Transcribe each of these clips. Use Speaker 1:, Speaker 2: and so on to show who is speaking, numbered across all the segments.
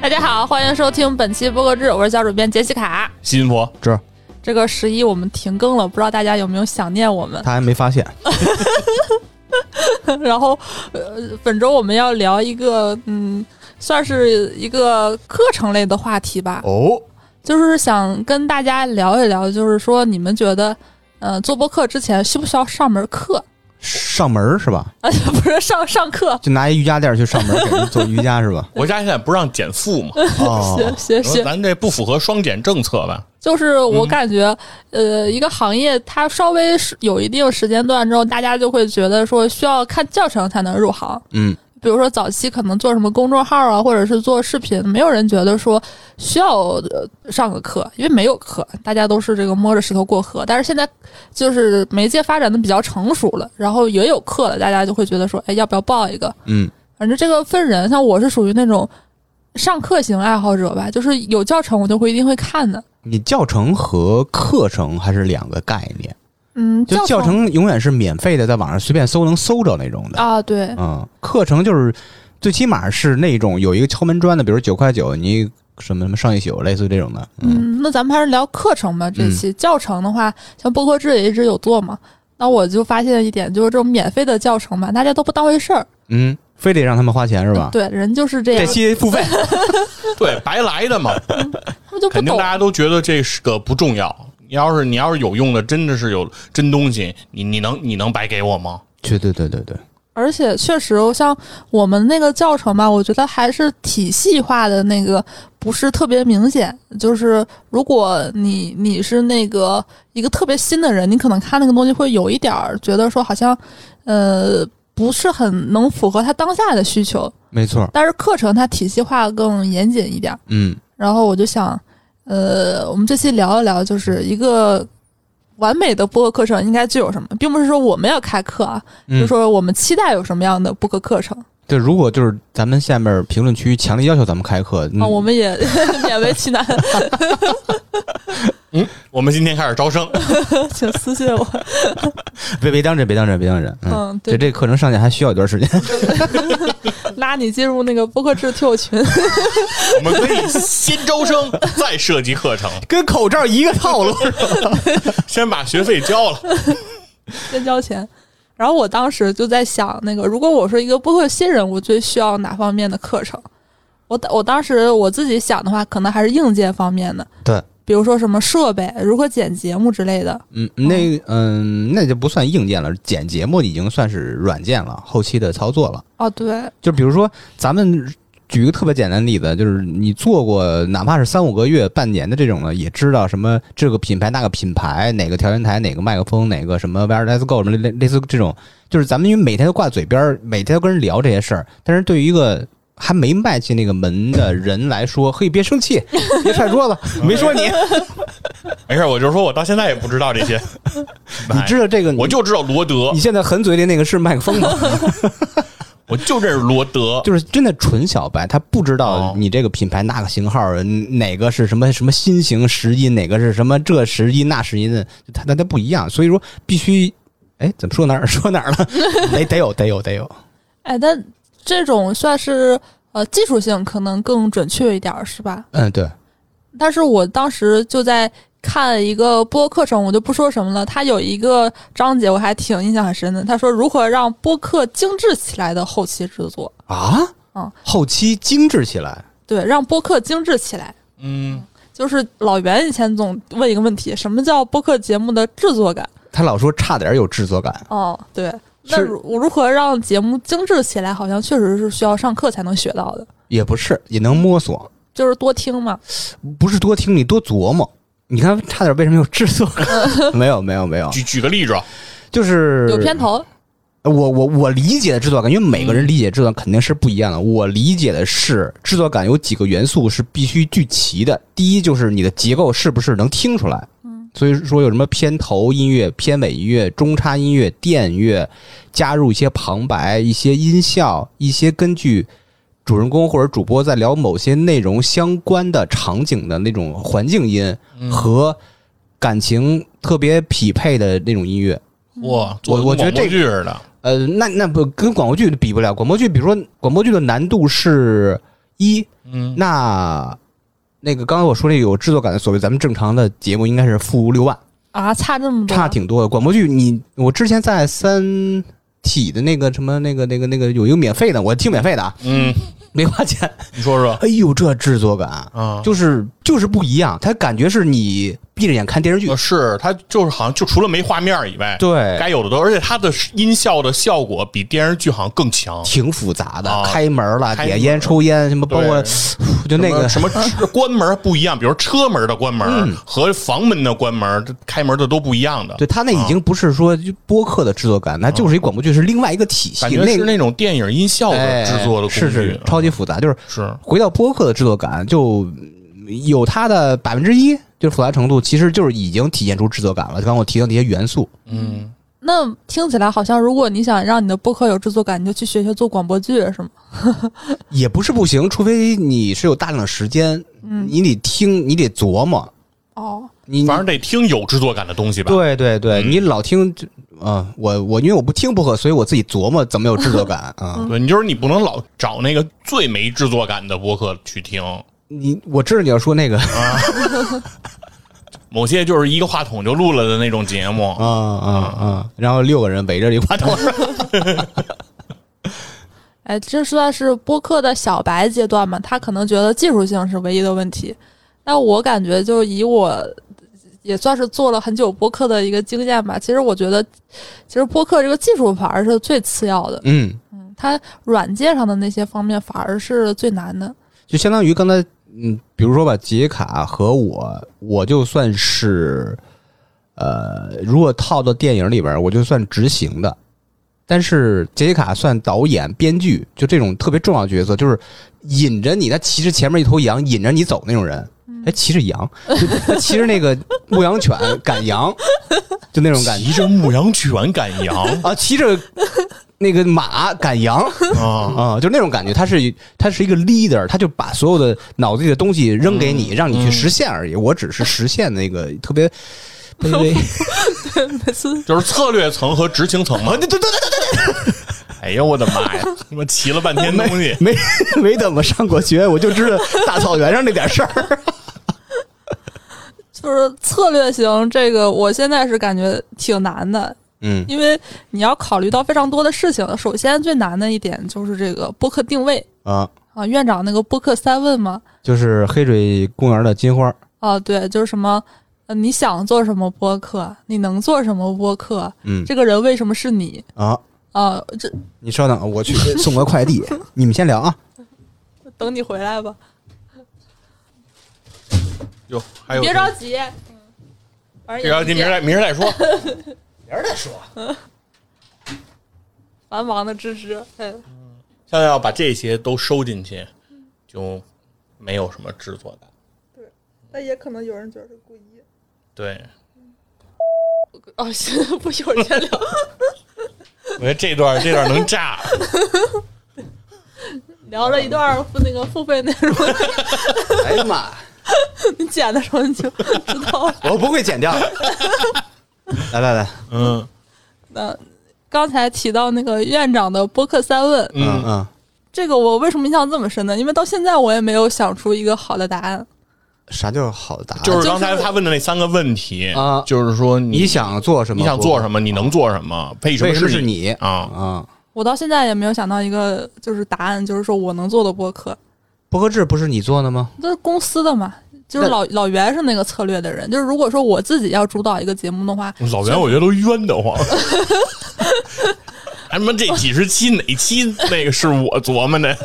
Speaker 1: 大家好，欢迎收听本期播客制，我是小主编杰西卡。
Speaker 2: 西云佛，
Speaker 3: 这
Speaker 1: 这个十一我们停更了，不知道大家有没有想念我们？
Speaker 3: 他还没发现，
Speaker 1: 然后，呃，本周我们要聊一个，嗯，算是一个课程类的话题吧，
Speaker 3: 哦，
Speaker 1: 就是想跟大家聊一聊，就是说你们觉得，呃，做播客之前需不需要上门课？
Speaker 3: 上门儿是吧？
Speaker 1: 啊，不是上上课，
Speaker 3: 就拿一瑜伽垫儿去上门儿给人做瑜伽是吧？
Speaker 2: 国家现在不让减负 嘛，
Speaker 3: 哦，
Speaker 1: 学学学
Speaker 2: 咱这不符合双减政策 吧？
Speaker 1: 就是我感觉，
Speaker 3: 嗯
Speaker 1: 呃，一个行业它稍微是有一定时间段之后，大家就会觉得说需要看教程才能入行。
Speaker 3: 嗯，
Speaker 1: 比如说早期可能做什么公众号啊，或者是做视频，没有人觉得说需要呃上个课，因为没有课，大家都是这个摸着石头过河。但是现在就是媒介发展的比较成熟了，然后也有课了，大家就会觉得说，哎，要不要报一个？
Speaker 3: 嗯，
Speaker 1: 反正这个分人，像我是属于那种上课型爱好者吧，就是有教程我就会一定会看的。
Speaker 3: 你教程和课程还是两个概念，
Speaker 1: 嗯，
Speaker 3: 就教程永远是免费的，在网上随便搜能搜着那种的，
Speaker 1: 啊，对，
Speaker 3: 嗯，课程就是最起码是那种有一个敲门砖的，比如九块九，你什么什么上一宿，类似于这种的，嗯，
Speaker 1: 嗯，那咱们还是聊课程吧。这期、教程的话，像播客制也一直有做嘛。那我就发现一点，就是这种免费的教程吧，大家都不当回事儿。
Speaker 3: 嗯，非得让他们花钱是吧？
Speaker 1: 对，人就是这
Speaker 3: 这
Speaker 1: 样，
Speaker 3: 期付费，
Speaker 2: 对，白来的 嘛，
Speaker 1: 他们就不
Speaker 2: 肯定
Speaker 1: 懂
Speaker 2: 大。家都觉得这是个不重要。要是你要是有用的，真的是有真东西，你你能你能白给我吗？
Speaker 3: 对 对对对对，
Speaker 1: 而且确实，像我们那个教程吧，我觉得还是体系化的那个不是特别明显。就是如果你你是那个一个特别新的人，你可能看那个东西会有一点儿觉得说好像，呃，不是很能符合他当下的需求。
Speaker 3: 没错，
Speaker 1: 但是课程它体系化更严谨一点。
Speaker 3: 嗯，
Speaker 1: 然后我就想，呃，我们这期聊一聊，就是一个完美的播客课程应该具有什么，并不是说我们要开课啊，
Speaker 3: 嗯
Speaker 1: 就说我们期待有什么样的播客课 程
Speaker 3: 对，如果就是咱们下面评论区强烈要求咱们开课，嗯
Speaker 1: 啊，我们也勉为其难，
Speaker 2: 我们今天开始招 生，
Speaker 1: 请私信我。
Speaker 3: 别别当真，别当真，别当真。嗯，
Speaker 1: 嗯，
Speaker 3: 这
Speaker 1: 对，
Speaker 3: 这课程上线还需要一段时间。
Speaker 1: 拉你进入那个播客制 Q 群，
Speaker 2: 我们可以先招 生，再设计课程，
Speaker 3: 跟口罩一个套路。
Speaker 2: 先把学费交了。
Speaker 1: 先交钱。然后我当时就在想，那个如果我是一个播客新人，我最需要哪方面的课程？我当我当时我自己想的话，可能还是硬件方面的，
Speaker 3: 对，
Speaker 1: 比如说什么设备、如何剪节目之类的。
Speaker 3: 嗯，那嗯，那就不算硬件了，剪节目已经算是软件了，后期的操作了。
Speaker 1: 哦，对，
Speaker 3: 就比如说，咱们举一个特别简单的例子，就是你做过哪怕是三五个月、半年的这种呢，也知道什么这个品牌、那个品牌、哪个调音台、哪个麦克风、哪个什么 wireless go 什么类类似这种，就是咱们因为每天都挂嘴边儿，每天都跟人聊这些事儿，但是对于一个还没迈进那个门的人来说，嘿，别生气，别踹桌子，没 说你，
Speaker 2: 没事，我就说我到现在也不知道这些，
Speaker 3: 你知道这个，
Speaker 2: 我就知道罗德
Speaker 3: 你，现在狠嘴里那个是麦克风吗？
Speaker 2: 我就认识罗德。
Speaker 3: 就是真的纯小白，他不知道你这个品牌那个型号，嗯哪个是什么什么新型十一，哪个是什么这十一那十一的，他他他不一样，所以说必须，哎，怎么说哪儿 说哪儿了？得得有得有得有，
Speaker 1: 哎，但这种算是呃技术性可能更准确一点儿，是吧？
Speaker 3: 嗯，对，
Speaker 1: 但是我当时就在看一个播客程，我就不说什么了。它有一个章节我还挺印象很深的，他说如何让播客精致起来的后期制作，
Speaker 3: 啊
Speaker 1: 嗯，
Speaker 3: 后期精致起来，
Speaker 1: 对，让播客精致起来。
Speaker 2: 嗯，
Speaker 1: 就是老袁以前总问一个问题，什么叫播客节目的制作感？
Speaker 3: 他老说差点有制作感，
Speaker 1: 哦，对，那
Speaker 3: 是
Speaker 1: 如如何让节目精致起来，好像确实是需要上课才能学到的，
Speaker 3: 也不是，也能摸索，
Speaker 1: 就是多听嘛。
Speaker 3: 不是多听你多琢磨。你看，差点为什么有制作 感？没有，没有，没有，
Speaker 2: 举举个例子，啊
Speaker 3: 就是
Speaker 1: 有片头，
Speaker 3: 呃我我我理解的制作感，因为每个人理解制作感肯定是不一样的。我理解的是制作感有几个元素是必须聚齐的。第一就是你的结构是不是能听出来，嗯，所以说有什么片头音乐、片尾音乐、中插音乐、电乐，加入一些旁白、一些音效、一些根据主人公或者主播在聊某些内容相关的场景的那种环境音和感情特别匹配的那种音乐。
Speaker 2: 哇，做得
Speaker 3: 我我觉得
Speaker 2: 跟广播
Speaker 3: 这
Speaker 2: 剧似的，
Speaker 3: 呃，那那不跟广播剧比不了。广播剧，比如说广播剧的难度是一，
Speaker 2: 嗯
Speaker 3: 那那个刚才我说这个有制作感的所谓咱们正常的节目应该是负六万，
Speaker 1: 啊，差这么多，
Speaker 3: 差挺多的。广播剧你我之前在三体的那个什么那个那个那个有一个免费的，我听免费的啊，
Speaker 2: 嗯，
Speaker 3: 没花钱。
Speaker 2: 你说说
Speaker 3: 哎呦，这制作感
Speaker 2: 啊，
Speaker 3: 就是就是不一样，它感觉是你闭着眼看电视剧
Speaker 2: 呃，是它就是好像就除了没画面以外，
Speaker 3: 对，
Speaker 2: 该有的都，而且它的音效的效果比电视剧好像更强。
Speaker 3: 挺复杂的，
Speaker 2: 啊
Speaker 3: 开门了，
Speaker 2: 开
Speaker 3: 点
Speaker 2: 门
Speaker 3: 烟抽烟什么，包括就那个 嗯
Speaker 2: 什么什么关门不一样，比如车门的关门、和房门的关门，这开门的都不一样的。啊
Speaker 3: 对他那已经不是说就播客的制作感，那就是一广播剧，是另外一个体系。
Speaker 2: 感觉是
Speaker 3: 个
Speaker 2: 那种电影音效的
Speaker 3: 哎
Speaker 2: 制作的工具，嗯啊
Speaker 3: 是是超级复杂。就是
Speaker 2: 是
Speaker 3: 回到播客的制作感，就有它的百分之一，就是复杂程度，其实就是已经体现出制作感了。刚刚我提到那些元素，
Speaker 2: 嗯，
Speaker 1: 那听起来好像，如果你想让你的播客有制作感，你就去学学做广播剧，是吗？
Speaker 3: 也不是不行，除非你是有大量的时间，你得听，你得琢磨，
Speaker 1: 哦，
Speaker 3: 你
Speaker 2: 反正得听有制作感的东西吧。嗯
Speaker 3: 对对对，你老听就啊、我我因为我不听播客，所以我自己琢磨怎么有制作感啊。
Speaker 2: 对，你就是你不能老找那个最没制作感的播客去听，
Speaker 3: 你我知道你要说那个啊
Speaker 2: 某些就是一个话筒就录了的那种节目。
Speaker 3: 啊啊，然后六个人围着这话筒，
Speaker 1: 哎，这算是播客的小白阶段嘛？他可能觉得技术性是唯一的问题，但我感觉就以我也算是做了很久播客的一个经验吧。其实我觉得，其实播客这个技术反而是最次要的，
Speaker 3: 嗯，
Speaker 1: 它软件上的那些方面反而是最难的。
Speaker 3: 就相当于刚才，嗯，比如说吧，杰卡和我，我就算是，呃，如果套到电影里边儿，我就算执行的，但是杰卡算导演、编剧，就这种特别重要的角色，就是引着你，他骑着前面一头羊，引着你走那种人。哎，骑着羊，就他骑着那个牧羊犬赶羊，就那种 感觉
Speaker 2: 骑着牧羊犬赶羊
Speaker 3: 啊，骑着那个马赶羊。
Speaker 2: 啊，
Speaker 3: 啊、就那种感觉，他是他是一个 leader，他就把所有的脑子里的东西扔给你，让你去实现而已。我只是实现那 个特别卑微，
Speaker 1: 每次
Speaker 2: 就是策略层和执行层嘛。啊对对对对对。哎呦我的妈 呀！他妈骑了半天东西，
Speaker 3: 没没怎么上过学，我就知道大草原上那点事儿。
Speaker 1: 就是策略型这个，我现在是感觉挺难的，
Speaker 3: 嗯
Speaker 1: 因为你要考虑到非常多的事情。首先最难的一点就是这个播客定位
Speaker 3: 啊，
Speaker 1: 啊，院长那个播客三问嘛，
Speaker 3: 就是黑水公园的金花，
Speaker 1: 啊，对，就是什么。呃你想做什么播客？你能做什么播客？
Speaker 3: 嗯
Speaker 1: 这个人为什么是你？
Speaker 3: 啊，
Speaker 1: 啊，这
Speaker 3: 你稍等，我去送个快 递，你们先聊啊。
Speaker 1: 等你回来吧，
Speaker 2: 哎哟，还有
Speaker 1: 别着急。嗯
Speaker 2: 别着急，明啊儿再明儿再说。
Speaker 1: 繁忙的芝芝，嗯，
Speaker 2: 现在要把这些都收进去，就没有什么制作感。
Speaker 1: 但也可能有人觉得是故意。
Speaker 2: 对，
Speaker 1: 哦，行，不一会儿再聊。
Speaker 2: 我觉得这段这段能炸。
Speaker 1: 聊了一段儿付那个付费内容，
Speaker 3: 哎呀妈，
Speaker 1: 你剪的时候你就知道了。
Speaker 3: 我不会剪 掉的。来来来，
Speaker 2: 嗯
Speaker 1: 那刚才提到那个院长的播客三问，
Speaker 3: 嗯
Speaker 2: 嗯，
Speaker 3: 嗯，
Speaker 1: 这个我为什么印象这么深呢？因为到现在我也没有想出一个好的答案。
Speaker 3: 啥叫好的答案？
Speaker 2: 啊就是刚才他问的那三个问题
Speaker 3: 啊
Speaker 2: 就是说
Speaker 3: 你
Speaker 2: 你
Speaker 3: 想做什么？
Speaker 2: 你想做什么，你能做什么，为什
Speaker 3: 为
Speaker 2: 么
Speaker 3: 什么
Speaker 2: 是
Speaker 3: 是你
Speaker 2: 啊？
Speaker 3: 啊？
Speaker 1: 我到现在也没有想到一个就是答案，就是说我能做的播客，
Speaker 3: 博客制不是你做的吗？
Speaker 1: 这是公司的嘛。就是
Speaker 3: 那
Speaker 1: 老老袁是那个策略的人，就是如果说我自己要主导一个节目的话，
Speaker 2: 老袁，我觉得都冤得 慌。哎他妈这几十期哪期那个是我琢磨的？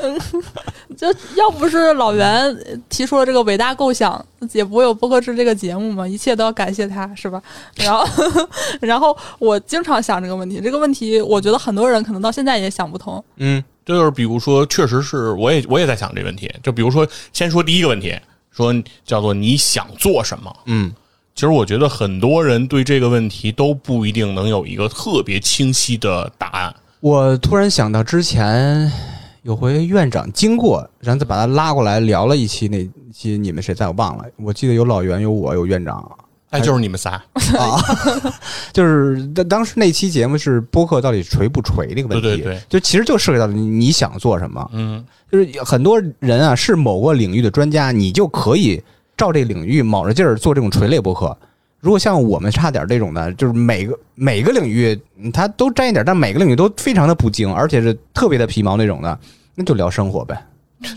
Speaker 1: 就要不是老袁提出了这个伟大构想，也不会有播客制这个节目嘛，一切都要感谢他，是吧？然后， 然后我经常想这个问题，这个问题我觉得很多人可能到现在也想不通。
Speaker 3: 嗯，
Speaker 2: 这就是比如说，确实是我也我也在想这问题。就比如说，先说第一个问题，说叫做你想做什么？
Speaker 3: 嗯，
Speaker 2: 其实我觉得很多人对这个问题都不一定能有一个特别清晰的答案。
Speaker 3: 我突然想到之前有回院长经过，然后再把他拉过来聊了一期，那期你们谁在我忘了，我记得有老袁，有我，有院长。
Speaker 2: 哎，就是你们仨，
Speaker 3: 啊，就是当当时那期节目是播客到底锤不锤这个问题，
Speaker 2: 对对对
Speaker 3: 就其实就涉及到你你想做什么，
Speaker 2: 嗯，
Speaker 3: 就是很多人啊是某个领域的专家，你就可以照这领域卯着劲儿做这种锤类播客。如果像我们差点这种的，就是每个每个领域嗯他都沾一点，但每个领域都非常的不精，而且是特别的皮毛那种的，那就聊生活呗，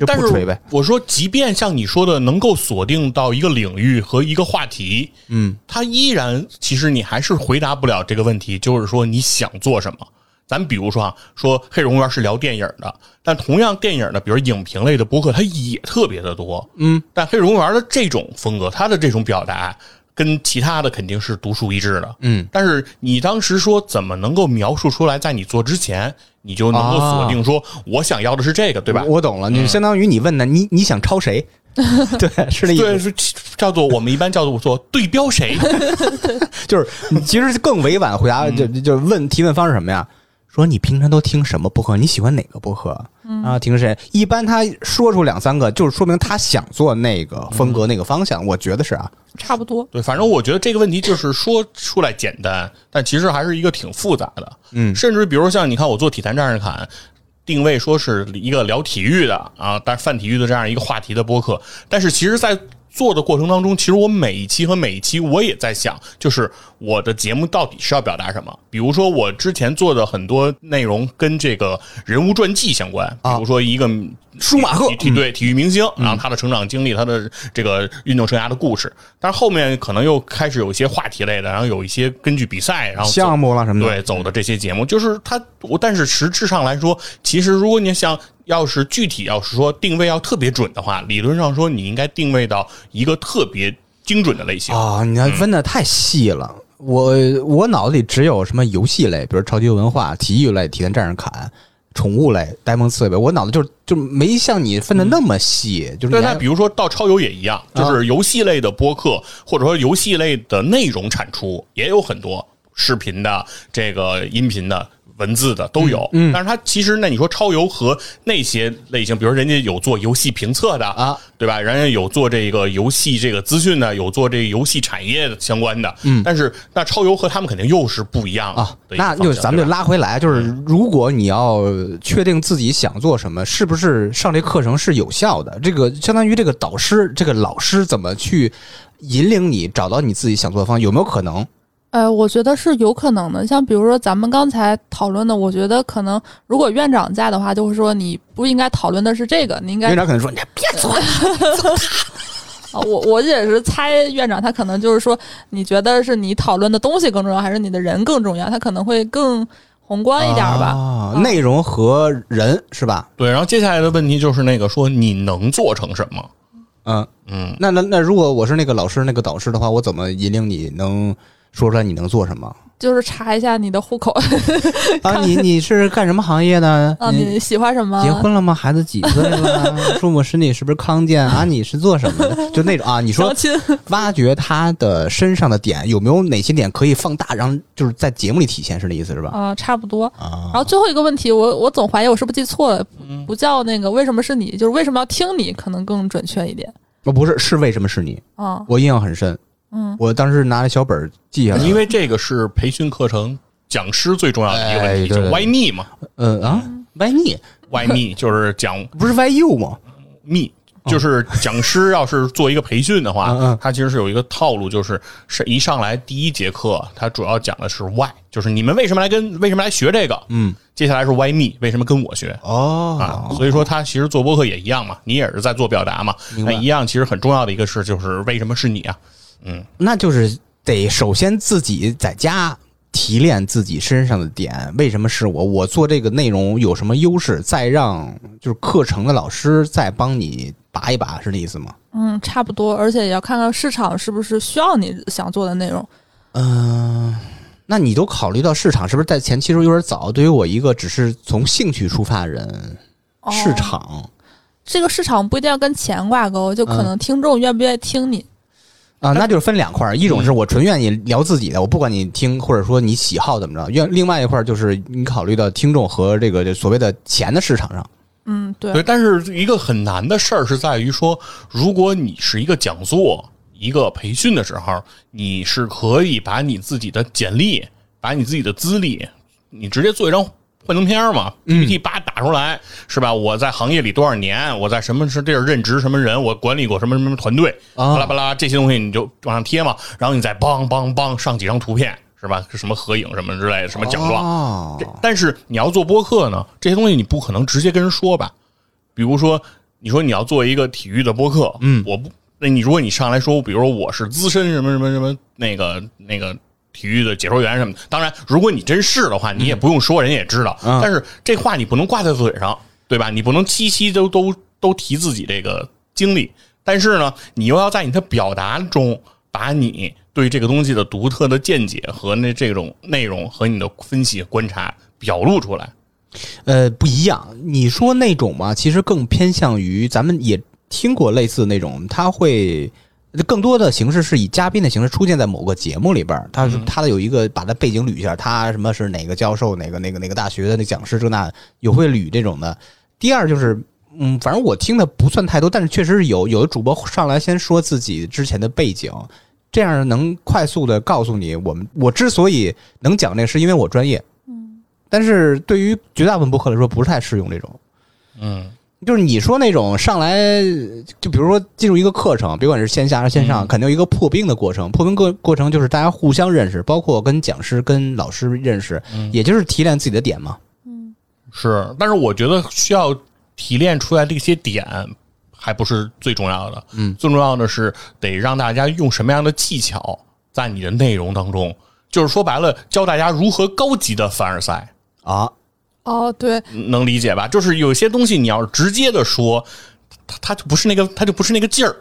Speaker 3: 就
Speaker 2: 但
Speaker 3: 不锤
Speaker 2: 是
Speaker 3: 呗。
Speaker 2: 我说，即便像你说的，能够锁定到一个领域和一个话题，
Speaker 3: 嗯，
Speaker 2: 它依然其实你还是回答不了这个问题，就是说你想做什么。咱比如说啊，说《黑水公园》是聊电影的，但同样电影的，比如影评类的播客，它也特别的多。
Speaker 3: 嗯，
Speaker 2: 但《黑水公园》的这种风格，它的这种表达跟其他的肯定是独树一帜的。
Speaker 3: 嗯，
Speaker 2: 但是你当时说怎么能够描述出来，在你做之前，你就能够
Speaker 3: 啊
Speaker 2: 锁定说我想要的是这个，对吧？
Speaker 3: 我懂了，你相当于你问的，你你想抄谁？ 对，是这意思。
Speaker 2: 对，是叫做我们一般叫做做对标谁？
Speaker 3: 就是你其实更委婉回答，就就问提问方式什么呀？说你平常都听什么播客？你喜欢哪个播客？啊，听谁？一般他说出两三个，就是说明他想做那个风格、那个方向。我觉得是啊，
Speaker 1: 差不多。
Speaker 2: 对，反正我觉得这个问题就是说出来简单，但其实还是一个挺复杂的。
Speaker 3: 嗯
Speaker 2: 甚至比如像你看，我做体坛战士侃，定位说是一个聊体育的啊，但是泛体育的这样一个话题的播客，但是其实，在做的过程当中，其实我每一期和每一期我也在想，就是我的节目到底是要表达什么。比如说，我之前做的很多内容跟这个人物传记相关，比如说一个
Speaker 3: 舒马赫嗯
Speaker 2: 体体对体育明星，然后他的成长经历，他的这个运动生涯的故事。但是后面可能又开始有一些话题类的，然后有一些根据比赛，然后走
Speaker 3: 项目啦什么的。
Speaker 2: 对走的这些节目，就是它，我但是实质上来说，其实如果你想要是具体要是说定位要特别准的话，理论上说你应该定位到一个特别精准的类型。
Speaker 3: 啊、你还分的太细了。我我脑子里只有什么游戏类，比如超级文化、体育类、体坛战士侃、宠物类、呆萌刺猬呗。我脑子就就没像你分的那么细，就是啊
Speaker 2: 对，
Speaker 3: 你
Speaker 2: 那
Speaker 3: 还
Speaker 2: 比如说到超游也一样，就是游戏类的播客，或者说游戏类的内容产出也有很多，视频的、这个音频的、文字的
Speaker 3: 嗯
Speaker 2: 都有。但是它其实那你说超游和那些类型，比如人家有做游戏评测的
Speaker 3: 啊，
Speaker 2: 对吧？人家有做这个游戏这个资讯的，有做这个游戏产业相关的。嗯，但是那超游和他们肯定又是不一样
Speaker 3: 啊，
Speaker 2: 的一个
Speaker 3: 那
Speaker 2: 方向。
Speaker 3: 就咱们
Speaker 2: 对吧
Speaker 3: 就
Speaker 2: 嗯
Speaker 3: 拉回来，就是如果你要确定自己想做什么，是不是上这课程是有效的？这个相当于这个导师、这个老师怎么去引领你找到你自己想做的方向，有没有可能？
Speaker 1: 呃，我觉得是有可能的。像比如说咱们刚才讨论的，我觉得可能如果院长在的话，就会说你不应该讨论的是这个，你应该
Speaker 3: 院长可能说：“你别做了，
Speaker 1: 啊，我我也是猜院长他可能就是说，你觉得是你讨论的东西更重要，还是你的人更重要？他可能会更宏观一点吧。
Speaker 3: 啊
Speaker 1: 嗯
Speaker 3: 内容和人是吧？
Speaker 2: 对，然后接下来的问题就是那个说你能做成什么？
Speaker 3: 嗯，
Speaker 2: 嗯，
Speaker 3: 那那那，如果我是那个老师、那个导师的话，我怎么引领你能说出来你能做 什么？
Speaker 1: 就是查一下你的户口
Speaker 3: 啊，你你是干什么行业的？
Speaker 1: 啊，
Speaker 3: 你
Speaker 1: 你喜欢什么？
Speaker 3: 结婚了吗？孩子几岁 了？父母身体是不是康健啊？你是做什么 的？就那种啊，你
Speaker 1: 相
Speaker 3: 说
Speaker 1: 亲？
Speaker 3: 挖掘他的身上的点，有没有哪些点可以放大，然后就是在节目里体现，是这意思是吧？
Speaker 1: 啊、差不多。
Speaker 3: 啊
Speaker 1: 然，后最后一个问题，我我总怀疑我是不是记错了，
Speaker 3: 嗯
Speaker 1: 不不叫那个为什么是你，就是为什么要听你，可能更准确一点
Speaker 3: 哦不是，是为什么是你？
Speaker 1: 啊。
Speaker 3: 我印象很深，
Speaker 1: 嗯，
Speaker 3: 我当时拿着小本儿记下来，
Speaker 2: 因为这个是培训课程讲师最重要的一个问题，
Speaker 3: 哎对
Speaker 2: 就 why me 嘛
Speaker 3: 嗯啊，歪腻
Speaker 2: ，why me 就是讲
Speaker 3: 不是歪右吗？
Speaker 2: me，就是讲师要是做一个培训的
Speaker 3: 嗯
Speaker 2: 话
Speaker 3: 嗯，
Speaker 2: 他其实是有一个套路，就是是一上来第一节课，他主要讲的是 why，就是你们为什么来跟为什么来学这个，
Speaker 3: 嗯，
Speaker 2: 接下来是 why me，为什么跟我学，啊，
Speaker 3: 哦，
Speaker 2: 所以说他其实做播客也一样嘛，你也是在做表达嘛，
Speaker 3: 明白
Speaker 2: 那一样其实很重要的一个事就是为什么是你啊？
Speaker 3: 那就是得首先自己在家。提炼自己身上的点，为什么是我？我做这个内容有什么优势？再让就是课程的老师再帮你拔一拔，是这意思吗？
Speaker 1: 嗯，差不多，而且也要看看市场是不是需要你想做的内容。
Speaker 3: 嗯、那你都考虑到市场是不是在前期时候有点早？对于我一个只是从兴趣出发的人，
Speaker 1: 哦
Speaker 3: 市场
Speaker 1: 这个市场不一定要跟钱挂钩，就可
Speaker 3: 嗯
Speaker 1: 能听众愿不愿意听你。
Speaker 3: 啊、那就是分两块儿，一种是我纯愿意聊自己的，我不管你听或者说你喜好怎么着；，另另外一块儿就是你考虑到听众和这个就所谓的钱的市场上。
Speaker 1: 嗯，对，
Speaker 2: 对，但是一个很难的事儿是在于说，如果你是一个讲座，一个培训的时候，你是可以把你自己的简历、把你自己的资历，你直接做一张幻灯片嘛，PPT 叭打出来，是吧？我在行业里多少年，我在什么是地儿任职什么人，我管理过什么什么团队，
Speaker 3: 啊
Speaker 2: 巴拉巴拉这些东西你就往上贴嘛，然后你再梆梆梆上几张图片，是吧？什么合影什么之类的，什么奖状，
Speaker 3: 状
Speaker 2: 这但是你要做播客呢，这些东西你不可能直接跟人说吧？比如说，你说你要做一个体育的播客，嗯，我不，那你如果你上来说，比如说我是资深什么什么什么那个那个体育的解说员什么的，当然，如果你真是的话，你也不用说，人家也知道。
Speaker 3: 嗯
Speaker 2: 但是这话你不能挂在嘴上，对吧？你不能七七都都都提自己这个经历，但是呢，你又要在你的表达中把你对这个东西的独特的见解和那这种内容和你的分析观察表露出来。
Speaker 3: 呃，不一样。你说那种吧，其实更偏向于咱们也听过类似的那种，他会更多的形式是以嘉宾的形式出现在某个节目里边儿。他是他的有一个把他背景捋一下，他什么是哪个教授，哪个哪个哪个大学的那讲师，这那有会捋这种的。第二就是。嗯，反正我听的不算太多，但是确实是有有的主播上来先说自己之前的背景，这样能快速的告诉你，我们我之所以能讲这个，是因为我专业，但是对于绝大部分播客来说，不是太适用这种。
Speaker 2: 嗯，
Speaker 3: 就是你说那种上来，就比如说进入一个课程，别管是线下还是线上，肯定有一个破冰的过程。破冰过过程就是大家互相认识，包括跟讲师、跟老师认识，也就是提炼自己的点嘛。
Speaker 2: 是，但是我觉得需要提炼出来的一些点，还不是最重要的。嗯，最重要的是得让大家用什么样的技巧在你的内容当中，就是说白了，教大家如何高级的凡尔赛。
Speaker 3: 啊，
Speaker 1: 哦，对，
Speaker 2: 能理解吧？就是有些东西你要是直接的说，它它就不是那个，它就不是那个劲儿。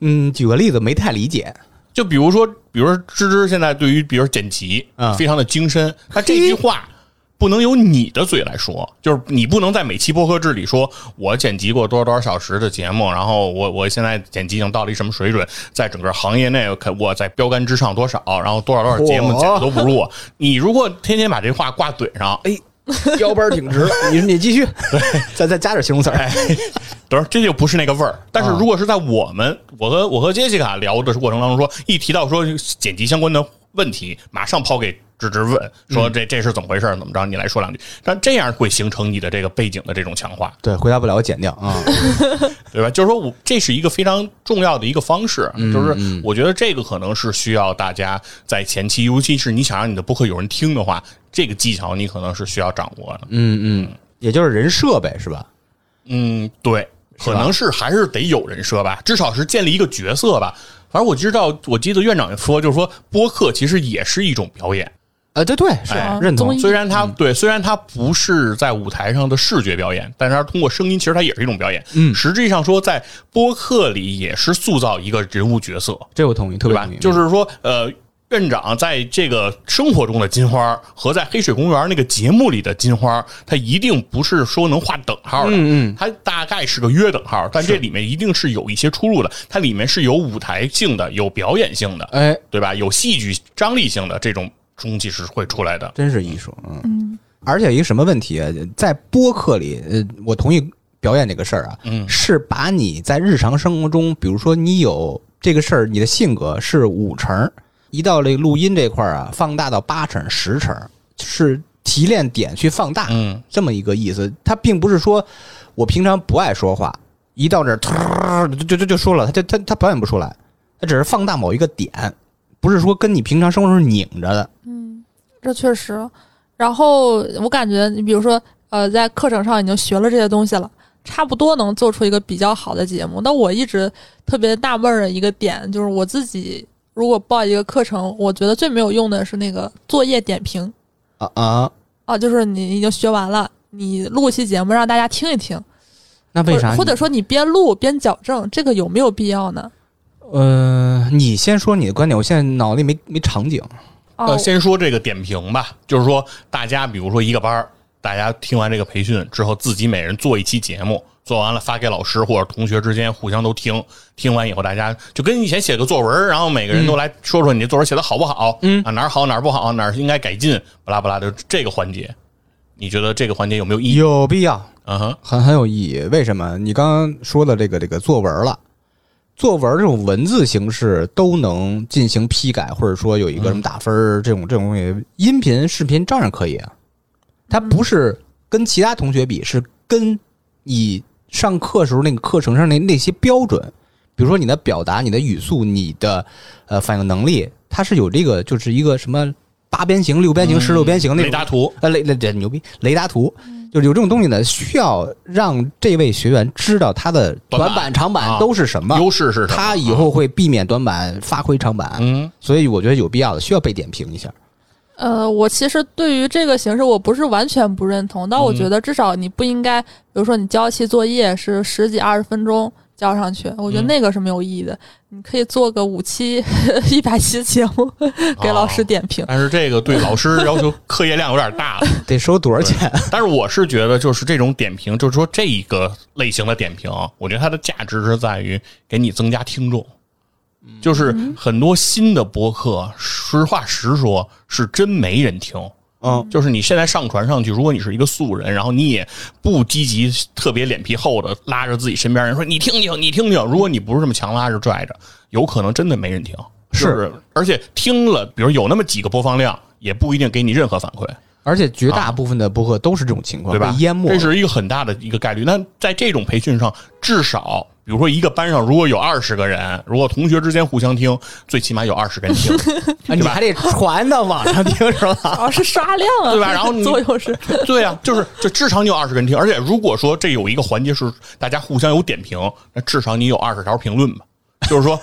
Speaker 3: 嗯，举个例子，没太理解。
Speaker 2: 就比如说，比如说芝芝现在对于比如说剪辑，
Speaker 3: 嗯
Speaker 2: 非常的精 深，他这句话。不能由你的嘴来说，就是你不能在每期播客制里说，我剪辑过多少多少小时的节目，然后我我现在剪辑已经到了一什么水准，在整个行业内，可我在标杆之上多少，然后多少多少节目
Speaker 3: 嚯
Speaker 2: 剪的都不如我。你如果天天把这话挂嘴上，
Speaker 3: 哎，腰板挺直。 哎你你继续，再再加点形容词儿。
Speaker 2: 等会儿这就不是那个味儿。但是
Speaker 3: 啊
Speaker 2: 如果是在我们，我和我和杰西卡聊的过程当中说，一提到说剪辑相关的问题，马上抛给芝芝问说这这是怎么回事儿，怎么着？你来说两句。但这样会形成你的这个背景的这种强化，
Speaker 3: 对，回答不了我剪掉啊。
Speaker 2: 对吧？就是说我这是一个非常重要的一个方式，就是我觉得这个可能是需要大家在前期，尤其是你想让你的播客有人听的话，这个技巧你可能是需要掌握的。
Speaker 3: 嗯嗯，也就是人设呗，是吧？
Speaker 2: 嗯，对，可
Speaker 3: 吧
Speaker 2: 能是还是得有人设吧，至少是建立一个角色吧。反正我知道，我记得院长也说，就是说播客其实也是一种表演，
Speaker 3: 啊，对对，是
Speaker 1: 哎
Speaker 3: 认同
Speaker 1: 综艺。
Speaker 2: 虽然它、
Speaker 3: 嗯
Speaker 2: 对，虽然它不是在舞台上的视觉表演，但是它通过声音，其实它也是一种表演。
Speaker 3: 嗯
Speaker 2: 实际上说，在播客里也是塑造一个人物角色，
Speaker 3: 这我同意，特
Speaker 2: 对
Speaker 3: 别
Speaker 2: 吧
Speaker 3: 同意。？嗯
Speaker 2: 就是说，呃，院长在这个生活中的金花儿和在《黑水公园》那个节目里的金花儿，它一定不是说能画等号的，
Speaker 3: 嗯嗯
Speaker 2: 它大概是个约等号，但这里面一定是有一些出入的，它里面是有舞台性的，有表演性的，
Speaker 3: 哎，
Speaker 2: 对吧？有戏剧张力性的这种东西是会出来的。
Speaker 3: 真是艺术，嗯。而且有一个什么问题啊，在播客里，呃，我同意表演这个事儿啊，
Speaker 2: 嗯
Speaker 3: 是把你在日常生活中，比如说你有这个事儿，你的性格是五成儿，一到这个录音这块儿啊，放大到八成、十成儿，是提炼点去放大，
Speaker 2: 嗯，
Speaker 3: 这么一个意思。他并不是说我平常不爱说话，一到这儿突儿就就就就说了，他就他他表演不出来，他只是放大某一个点，不是说跟你平常生活中是拧着的。
Speaker 1: 这确实。然后我感觉，你比如说，呃，在课程上已经学了这些东西了，差不多能做出一个比较好的节目。那我一直特别纳闷儿的一个点就是，我自己如果报一个课程，我觉得最没有用的是那个作业点评
Speaker 3: 啊啊！
Speaker 1: 啊，就是你已经学完了，你录一期节目让大家听一听，
Speaker 3: 那为啥
Speaker 1: 或
Speaker 3: 你？
Speaker 1: 或者说你边录边矫正，这个有没有必要呢？
Speaker 3: 呃，你先说你的观点，我现在脑里没没场景。
Speaker 1: 啊，
Speaker 3: 哦
Speaker 2: 呃，先说这个点评吧，就是说大家比如说一个班儿，大家听完这个培训之后，自己每人做一期节目，做完了发给老师或者同学之间互相都听，听完以后大家就跟以前写个作文儿，然后每个人都来说说你这作文写的好不好，嗯啊哪儿好哪儿不好，哪儿应该改进，巴拉巴拉的这个环节，你觉得这个环节有没有意义？
Speaker 3: 有必要，
Speaker 2: 嗯哼，
Speaker 3: 很很有意义。为什么？你刚刚说的这个这个作文了，作文这种文字形式都能进行批改，或者说有一个什么打分儿这种这种东西，音频、视频照样可以啊。它不是跟其他同学比，是跟你上课时候那个课程上那那些标准，比如说你的表达、你的语速、你的呃反应能力，它是有这个就是一个什么八边形、六边形、十六边形那
Speaker 2: 雷
Speaker 3: 种
Speaker 2: 达图，
Speaker 3: 呃，雷雷这牛逼，雷达图就是有这种东西呢，需要让这位学员知道他的
Speaker 2: 短板
Speaker 3: 短板、长板
Speaker 2: 啊
Speaker 3: 都是什么，
Speaker 2: 优势是什么
Speaker 3: 他以后会避免短板，发挥长板。
Speaker 2: 嗯，
Speaker 3: 所以我觉得有必要的，需要被点评一下。
Speaker 1: 呃，我其实对于这个形式我不是完全不认同，但我觉得至少你不应该，比如说你交一期作业是十几二十分钟交上去，我觉得
Speaker 2: 嗯
Speaker 1: 那个是没有意义的。你可以做个五期、 一百期节目给老师
Speaker 2: 哦
Speaker 1: 点评。
Speaker 2: 但是这个对老师要求课业量有点大了。
Speaker 3: 得收多少钱？
Speaker 2: 但是我是觉得，就是这种点评，就是说这一个类型的点评，我觉得它的价值是在于给你增加听众。就是很多新的播客，实话实说，是真没人听。
Speaker 3: 嗯，
Speaker 2: 就是你现在上传上去，如果你是一个素人，然后你也不积极、特别脸皮厚的拉着自己身边人说你听听，你听听。如果你不是这么强拉着拽着，有可能真的没人听。
Speaker 3: 是
Speaker 2: 就是，而且听了，比如有那么几个播放量，也不一定给你任何反馈，
Speaker 3: 而且绝大部分的播客都是这种情况，
Speaker 2: 啊对吧？
Speaker 3: 被淹没了
Speaker 2: 这。是一个很大的一个概率。那在这种培训上，至少比如说一个班上如果有二十个人，如果同学之间互相听，最起码有二十个人 听，
Speaker 3: 啊你还得传到网上听是吧？
Speaker 1: 主要是刷量啊，
Speaker 2: 对吧然后 你
Speaker 1: 作用 是，
Speaker 2: 对啊，就是就至少你有二十个人听，而且如果说这有一个环节是大家互相有点评，那至少你有二十条评论吧。就是说，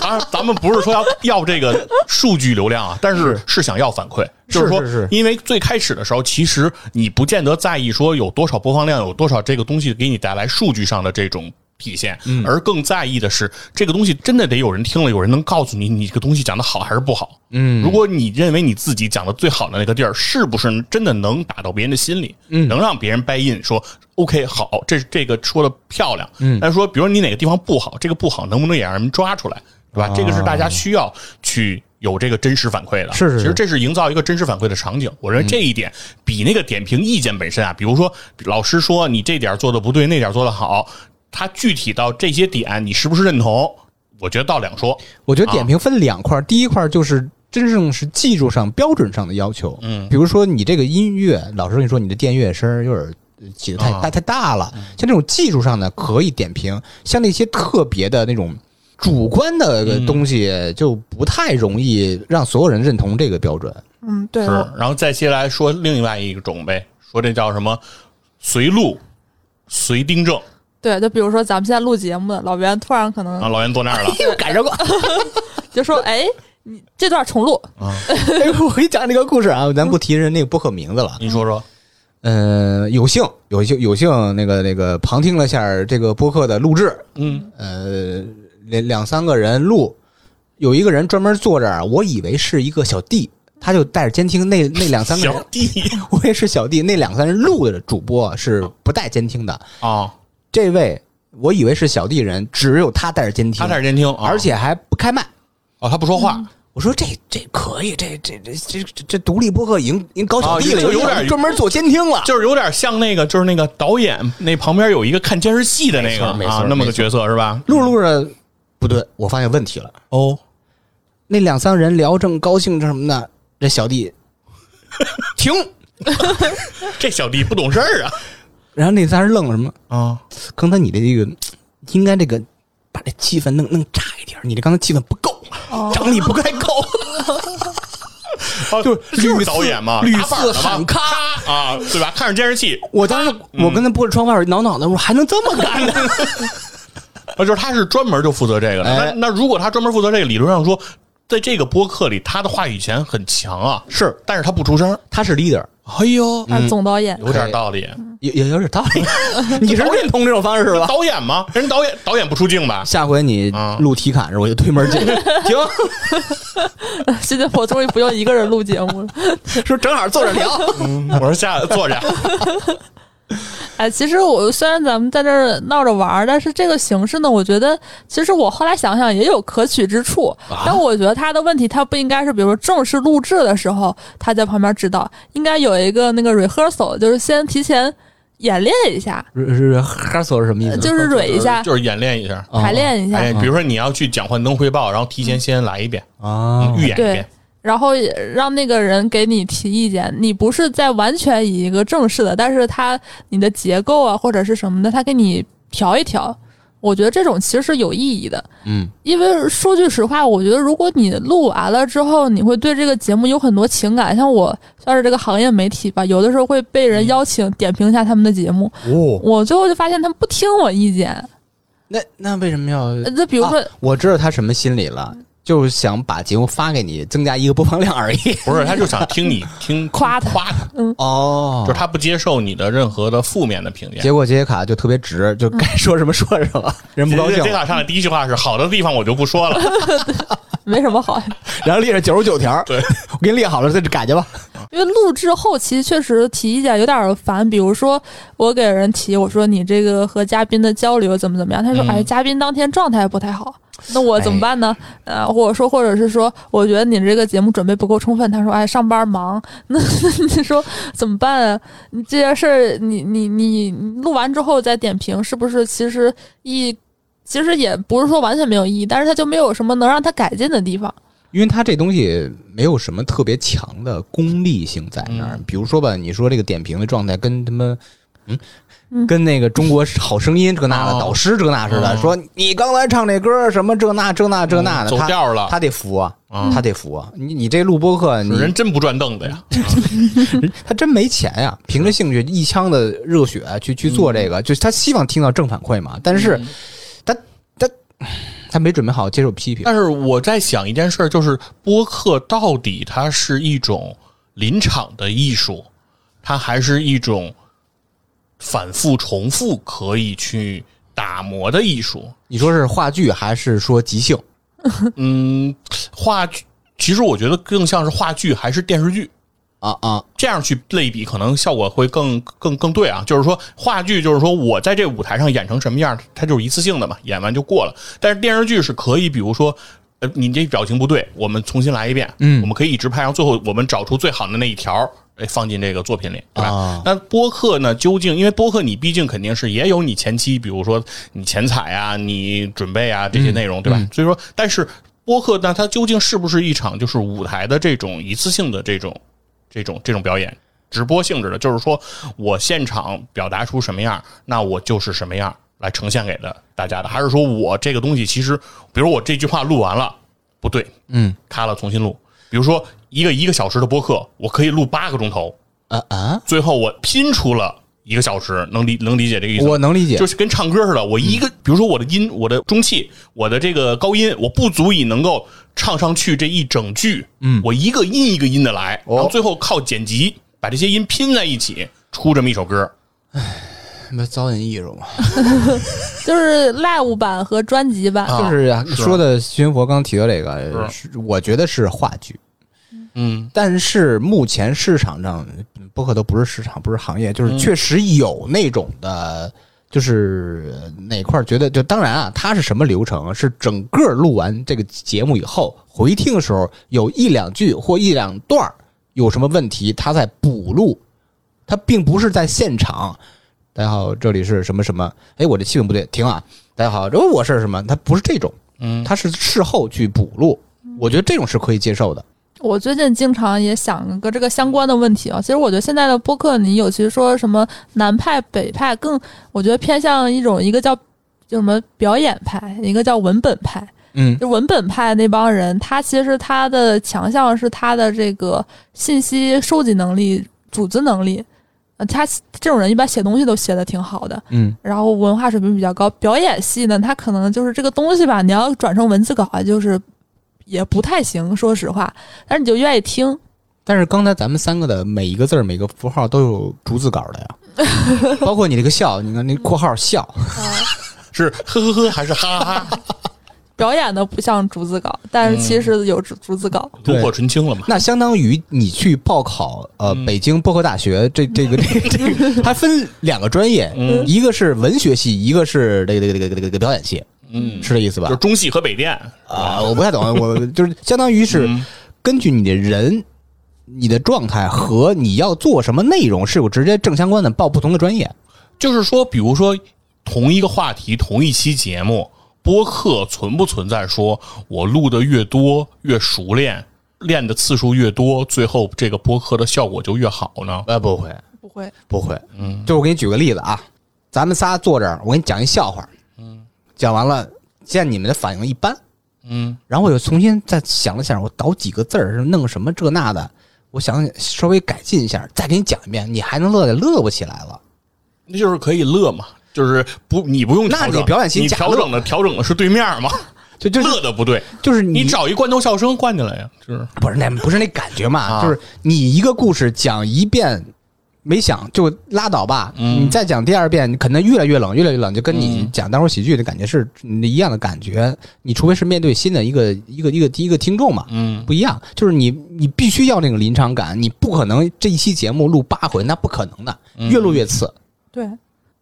Speaker 2: 当然咱们不是说要要这个数据流量啊，但是是想要反馈，就是说，
Speaker 3: 是是
Speaker 2: 因为最开始的时候，其实你不见得在意说有多少播放量，有多少这个东西给你带来数据上的这种体现，
Speaker 3: 嗯
Speaker 2: 而更在意的是这个东西真的得有人听了，有人能告诉你你这个东西讲的好还是不好。嗯，如果你认为你自己讲的最好的那个地儿，是不是真的能打到别人的心里，嗯、能让别人 buy in 说 OK 好，这这个说的漂亮。嗯，但是说比如你哪个地方不好，这个不好能不能也让人抓出来，对吧？
Speaker 3: 啊
Speaker 2: 这个是大家需要去。有这个真实反馈的，
Speaker 3: 是是是
Speaker 2: 其实这是营造一个真实反馈的场景。我认
Speaker 3: 嗯
Speaker 2: 为这一点比那个点评意见本身啊，比如说老师说你这点做的不对，那点做的好，他具体到这些点你是不是认同，我觉得到两说。
Speaker 3: 我觉得
Speaker 2: 啊
Speaker 3: 点评分两块儿，第一块儿就是真正是技术上标准上的要求，
Speaker 2: 嗯
Speaker 3: 比如说你这个音乐，老师跟你说你的电乐声儿有点儿呃起的太
Speaker 2: 啊
Speaker 3: 大太大了，像这种技术上的可以点评，像那些特别的那种。主观的
Speaker 2: 嗯
Speaker 3: 东西就不太容易让所有人认同这个标准。
Speaker 1: 嗯，对，
Speaker 2: 是，然后再接下来说另外一种呗，说这叫什么随录随订正
Speaker 1: 对，就比如说咱们现在录节目，老袁突然可能
Speaker 2: 啊，老袁坐那儿了，
Speaker 3: 嗯 又赶上过，
Speaker 1: 就说：“哎，你这段重录，
Speaker 3: 哎呦，我给你讲这个故事啊，咱不提人那个播客名字了。
Speaker 2: 你说说，
Speaker 3: 嗯，有幸有幸有幸那个那个旁听了下这个播客的录制，
Speaker 2: 嗯，
Speaker 3: 呃，两两三个人录，有一个人专门坐这儿，我以为是一个小弟，他就带着监听。那那两三个
Speaker 2: 小
Speaker 3: 人，
Speaker 2: 弟
Speaker 3: 我也是小弟。那两三人录的主播是不带监听的，
Speaker 2: 啊，
Speaker 3: 这位我以为是小弟人，只有他带着监听
Speaker 2: 他，在监听，啊
Speaker 3: 而且嗯还不开麦。
Speaker 2: 哦，他不说话，
Speaker 3: 我说这这可以，这这这这这这独立播客已经已经搞小弟了，
Speaker 2: 啊就有点
Speaker 3: 专门做监听了。
Speaker 2: 就是有点像那个，就是那个导演那旁边有一个看监视器的那个
Speaker 3: 没错没错
Speaker 2: 啊，那么个角色是吧？
Speaker 3: 录着录着，不对，我发现问题了。
Speaker 2: 哦，
Speaker 3: 那两三个人聊正高兴着什么呢，这小 弟停。
Speaker 2: 这小弟不懂事儿啊
Speaker 3: 然后那仨人愣了什么？
Speaker 2: 啊，
Speaker 3: 刚才你的这个应该这个把这气氛弄弄炸一点儿，你这刚才气氛不够，啊张力不太 够。
Speaker 2: 哦
Speaker 3: 就是
Speaker 2: 就是
Speaker 3: 屡次
Speaker 2: 导演嘛，
Speaker 3: 屡
Speaker 2: 打板儿的
Speaker 3: 次
Speaker 2: 嘛
Speaker 3: 喊
Speaker 2: 咔啊，对吧？看着监视器，
Speaker 3: 我当时我跟他玻璃窗外挠挠呢，我说还能这么干呢？
Speaker 2: 啊，就是他是专门就负责这个的。
Speaker 3: 哎
Speaker 2: 那那如果他专门负责这个，理论上说，在这个播客里，他的话语权很强啊，
Speaker 3: 是，
Speaker 2: 但是他不出声。
Speaker 3: 他是 leader，
Speaker 2: 哎呦，哎
Speaker 1: 他是啊总导 演。
Speaker 2: 有点道理。
Speaker 3: 也也有点道理。 你是认同这种方式吧？
Speaker 2: 导演吗？人导演导演不出镜吧？
Speaker 3: 下回你
Speaker 2: 啊
Speaker 3: 录体感时，我就推门进去，停，
Speaker 1: 现在我终于不用一个人录节目了。
Speaker 3: 说正好坐着聊。
Speaker 2: 我说下坐着，
Speaker 1: 哎，其实我虽然咱们在这儿闹着玩儿，但是这个形式呢，我觉得其实我后来想想也有可取之处。但我觉得他的问题，他不应该是比如说正式录制的时候他在旁边指导，应该有一个那个 rehearsal，就是先提前演练一下，
Speaker 3: 是是哈索是什么意思？
Speaker 1: 呃嗯就是蕊一下，
Speaker 2: 就是演练一下。
Speaker 3: 哦
Speaker 1: 排练一下，嗯
Speaker 2: 哎，比如说你要去讲幻灯汇报，然后提前先来一遍，
Speaker 3: 啊
Speaker 2: 嗯预演一
Speaker 1: 对
Speaker 2: 遍。，
Speaker 1: 然后也让那个人给你提意见，你不是在完全以一个正式的，但是他你的结构啊或者是什么的，他给你调一调。我觉得这种其实是有意义的，
Speaker 3: 嗯，
Speaker 1: 因为说句实话，我觉得如果你录完了之后，你会对这个节目有很多情感。像我算是这个行业媒体吧，有的时候会被人邀请点评一下他们的节目，
Speaker 3: 哦，
Speaker 1: 我最后就发现他们不听我意见。
Speaker 3: 那那为什么要？
Speaker 1: 呃那比如说，
Speaker 3: 我知道他什么心理了，就是想把节目发给你，增加一个播放量而已。
Speaker 2: 不是，他就想听你听
Speaker 1: 夸他
Speaker 2: 夸他，
Speaker 3: 哦
Speaker 2: 就是他不接受你的任何的负面的评价。
Speaker 3: 结果杰西卡就特别直，就该说什么说什么，人不高兴
Speaker 2: 杰。卡上来第一句话是：“好的地方我就不说 了。
Speaker 1: 没什么好。
Speaker 3: 然后列了九十九条，
Speaker 2: 对
Speaker 3: 我给你列好了，再改去吧。
Speaker 1: 因为录制后期确实提意见有点烦，比如说我给人提，我说你这个和嘉宾的交流怎么怎么样，他说、
Speaker 2: 嗯
Speaker 1: 哎，嘉宾当天状态不太好，那我怎么办呢？
Speaker 2: 哎
Speaker 1: 呃，或者说，或者是说，我觉得你这个节目准备不够充分，他说哎，上班忙，那 你说怎么办啊？你这件事儿，你你你你录完之后再点评，是不是其实意？其实也不是说完全没有意义，但是他就没有什么能让他改进的地方。
Speaker 3: 因为它这东西没有什么特别强的功利性在那儿。比如说吧，你说这个点评的状态跟他们。嗯，
Speaker 1: 嗯
Speaker 3: 跟那个中国好声音这那的、
Speaker 2: 哦
Speaker 3: 导师这那似的，
Speaker 2: 哦
Speaker 3: 说你刚才唱这歌什么这那这那这那的，
Speaker 2: 走
Speaker 3: 他
Speaker 2: 调了
Speaker 3: 他得服啊，
Speaker 2: 嗯
Speaker 3: 他得服啊。你你这录播课，”你
Speaker 2: 人真不转凳子呀！
Speaker 3: 他真没钱呀、凭着兴趣一腔的热血去去做
Speaker 2: 嗯
Speaker 3: 这个，就是他希望听到正反馈嘛。但是他他他没准备好接受批评，
Speaker 2: 但是我在想一件事儿，就是播客到底它是一种临场的艺术，它还是一种反复重复可以去打磨的艺术？
Speaker 3: 你说是话剧还是说即兴？
Speaker 2: 嗯，话剧其实我觉得更像是话剧还是电视剧。
Speaker 3: 啊啊，
Speaker 2: 这样去类比，可能效果会更更更对啊。就是说，话剧就是说我在这舞台上演成什么样，它就是一次性的嘛，演完就过了。但是电视剧是可以，比如说，呃，你这表情不对，我们重新来一遍，
Speaker 3: 嗯
Speaker 2: 我们可以一直拍，然后最后我们找出最好的那一条，哎，放进这个作品里，对吧？
Speaker 3: 啊
Speaker 2: 那播客呢？究竟因为播客，你毕竟肯定是也有你前期，比如说你前采啊、你准备啊这些内容，对吧？所以说，但是播客那它究竟是不是一场就是舞台的这种一次性的这种这种这种表演，直播性质的，就是说我现场表达出什么样，那我就是什么样来呈现给的大家的，还是说我这个东西其实，比如我这句话录完了不对，
Speaker 3: 嗯
Speaker 2: 咔了重新录，比如说一个一个小时的播客，我可以录八个钟头，
Speaker 3: 啊啊，
Speaker 2: 最后我拼出了一个小时，能理能理解这个意思吗？
Speaker 3: 我能理解
Speaker 2: 就，是跟唱歌似的，我一个，比如说我的音、我的中气、我的这个高音，我不足以能够唱上去这一整句，嗯，我一个音一个音的来，
Speaker 3: 哦
Speaker 2: 然后最后靠剪辑把这些音拼在一起，出这么一首歌。
Speaker 3: 那糟践艺术嘛，
Speaker 1: 就是 live 版和专辑版，
Speaker 2: 啊
Speaker 3: 就是呀、
Speaker 2: 是
Speaker 3: 说的徐云佛刚提到这个，
Speaker 2: 是
Speaker 3: 是我觉得是话剧，
Speaker 2: 嗯，
Speaker 3: 但是目前市场上嗯播客都不是市场，不是行业，就是确实有那种的，就是哪块儿觉得就当然啊，它是什么流程啊？是整个录完这个节目以后回听的时候，有一两句或一两段儿有什么问题，它在补录，它并不是在现场。大家好，这里是什么什么？哎，我这气氛不对，停啊！大家好，这我是什么？它不是这种，
Speaker 2: 嗯
Speaker 3: 它是事后去补录，我觉得这种是可以接受的。
Speaker 1: 我最近经常也想一个这个相关的问题啊。其实我觉得现在的播客，你有其实说什么南派、北派，更我觉得偏向一种一个叫叫什么表演派，一个叫文本派。
Speaker 3: 嗯
Speaker 1: 就文本派那帮人，他其实他的强项是他的这个信息收集能力、组织能力。呃，他这种人一般写东西都写的挺好的，
Speaker 3: 嗯。
Speaker 1: 然后文化水平比较高。表演系呢，它可能就是这个东西吧，你要转成文字稿啊，就是也不太行，说实话。但是你就愿意听，
Speaker 3: 但是刚才咱们三个的每一个字儿、每个符号都有逐字稿的呀，包括你这个笑，你看那括号笑，
Speaker 2: 是呵呵呵还是哈哈哈？
Speaker 1: 表演的不像逐字稿，但是其实有逐逐字稿。
Speaker 2: 炉
Speaker 3: 对
Speaker 2: 火纯青了嘛？
Speaker 3: 那相当于你去报考呃、
Speaker 2: 嗯
Speaker 3: 北京播客大学这这个这个、这个，还分两个专业，
Speaker 2: 嗯
Speaker 3: 一个是文学系，一个是这个这个这个这个这个表演系，
Speaker 2: 嗯，
Speaker 3: 是这意思吧
Speaker 2: 就是？中戏和北电
Speaker 3: 啊、我不太懂，我就是相当于是
Speaker 2: 嗯
Speaker 3: 根据你的人。你的状态和你要做什么内容是有直接正相关的，报不同的专业。
Speaker 2: 就是说，比如说同一个话题、同一期节目，播客存不存在说我录的越多越熟练，练的次数越多，最后这个播客的效果就越好呢？
Speaker 3: 呃，不会，
Speaker 1: 不会，
Speaker 3: 不会，嗯，就是我给你举个例子啊，咱们仨坐这儿，我给你讲一笑话，嗯，讲完了，见你们的反应一般，
Speaker 2: 嗯，
Speaker 3: 然后我又重新再想了想，我倒几个字儿，弄个什么这那的，我想稍微改进一下，再给你讲一遍，你还能乐得乐不起来了。
Speaker 2: 那就是可以乐嘛，就是不你不用
Speaker 3: 那
Speaker 2: 调
Speaker 3: 你
Speaker 2: 整
Speaker 3: 表演型
Speaker 2: 你
Speaker 3: 假
Speaker 2: 调
Speaker 3: 乐
Speaker 2: 整的调整的是对面嘛，
Speaker 3: 就就是
Speaker 2: 乐的不 对，
Speaker 3: 就是
Speaker 2: 你
Speaker 3: 你
Speaker 2: 找一罐头笑声灌进来呀，就是
Speaker 3: 不是那不是那感觉嘛，
Speaker 2: 啊
Speaker 3: 就是你一个故事讲一遍没想就拉倒吧，你再讲第二遍，你可能越来越冷，越来越冷，就跟你讲单口喜剧的感觉是一样的感觉。你除非是面对新的一个一个一个一个听众嘛，
Speaker 2: 嗯，
Speaker 3: 不一样，就是你你必须要那个临场感，你不可能这一期节目录八回，那不可能的，
Speaker 2: 嗯
Speaker 3: 越录越次。
Speaker 1: 对，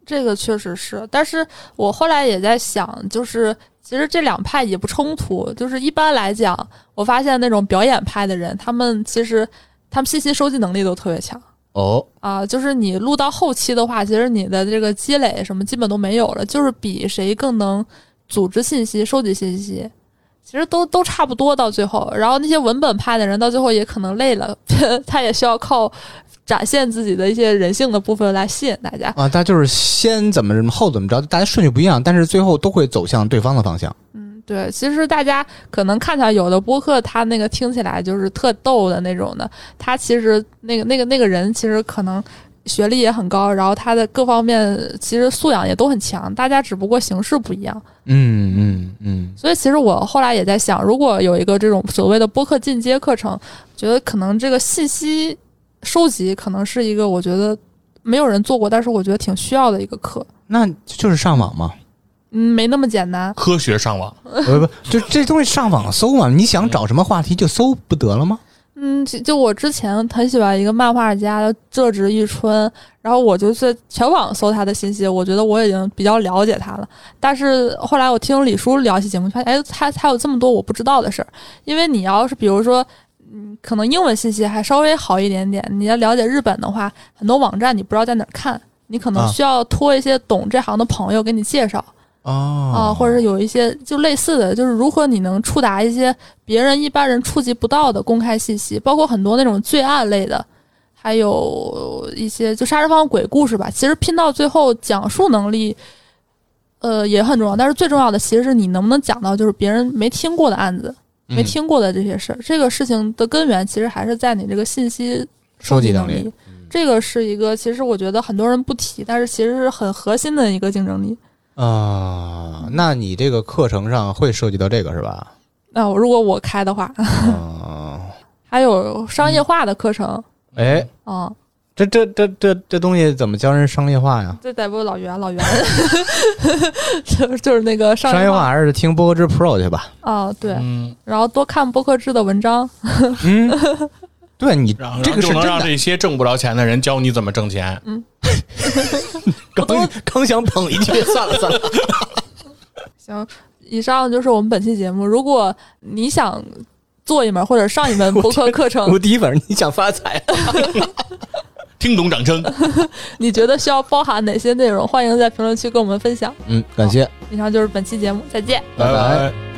Speaker 1: 这个确实是。但是我后来也在想，就是其实这两派也不冲突。就是一般来讲，我发现那种表演派的人，他们其实他们信息收集能力都特别强。
Speaker 3: 哦，
Speaker 1: 啊，就是你录到后期的话，其实你的这个积累什么基本都没有了，就是比谁更能组织信息、收集信息，其实都都差不多到最后。然后那些文本派的人到最后也可能累了， 他也需要靠展现自己的一些人性的部分来吸引大家。
Speaker 3: 啊，但就是先怎么后怎么着，大家顺序不一样，但是最后都会走向对方的方向。
Speaker 1: 对，其实大家可能看起来有的播客，他那个听起来就是特逗的那种的，他其实那个那个那个人其实可能学历也很高，然后他的各方面其实素养也都很强，大家只不过形式不一样。
Speaker 3: 嗯嗯嗯，
Speaker 1: 所以其实我后来也在想，如果有一个这种所谓的播客进阶课程，觉得可能这个信息收集可能是一个我觉得没有人做过，但是我觉得挺需要的一个课。
Speaker 3: 那就是上网嘛。
Speaker 1: 嗯，没那么简单。
Speaker 2: 科学上网。
Speaker 3: 不不，就这东西上网搜嘛，你想找什么话题就搜不得了吗？
Speaker 1: 嗯，就就我之前很喜欢一个漫画家叫浙植一春，然后我就在全网搜他的信息，我觉得我已经比较了解他了。但是后来我听李叔聊起节目，发现哎，他他有这么多我不知道的事儿。因为你要是比如说，嗯，可能英文信息还稍微好一点点，你要了解日本的话，很多网站你不知道在哪儿看，你可能
Speaker 3: 啊
Speaker 1: 需要托一些懂这行的朋友给你介绍。啊、
Speaker 3: 哦
Speaker 1: 或者是有一些就类似的，就是如何你能触达一些别人一般人触及不到的公开信息，包括很多那种罪案类的，还有一些就杀人放火鬼故事吧。其实拼到最后，讲述能力，呃，也很重要，但是最重要的其实是你能不能讲到就是别人没听过的案子，
Speaker 3: 嗯
Speaker 1: 没听过的这些事儿。这个事情的根源其实还是在你这个信息
Speaker 3: 收集
Speaker 1: 能
Speaker 3: 能力。嗯
Speaker 1: 这个是一个，其实我觉得很多人不提，但是其实是很核心的一个竞争力。
Speaker 3: 啊、那你这个课程上会涉及到这个是吧？
Speaker 1: 那、如果我开的话，
Speaker 3: 啊，嗯
Speaker 1: 还有商业化的课程
Speaker 3: 哎，
Speaker 1: 啊、嗯
Speaker 3: 这这这这这东西怎么教人商业化呀？
Speaker 1: 这得不老袁，老袁， 就是 就是那个商
Speaker 3: 商业
Speaker 1: 化
Speaker 3: 化还是听波哥之 Pro 去 吧。
Speaker 1: 啊、对，
Speaker 2: 嗯，
Speaker 1: 然后多看播客制的文章，
Speaker 3: 嗯，对你
Speaker 2: 然后
Speaker 3: 这个是
Speaker 2: 就
Speaker 3: 真
Speaker 2: 能让
Speaker 3: 的。
Speaker 2: 这些挣不着钱的人教你怎么挣钱。
Speaker 3: 刚刚想捧一句，算了算 了。
Speaker 1: 行，以上就是我们本期节目。如果你想做一门或者上 一门播客课程
Speaker 3: 我，第一反应你想发财，
Speaker 2: 听懂掌声。
Speaker 1: 你觉得需要包含哪些内容？欢迎在评论区跟我们分享。
Speaker 3: 嗯，感谢，
Speaker 1: 以上就是本期节目，再见。
Speaker 2: 拜
Speaker 3: 拜
Speaker 2: 拜。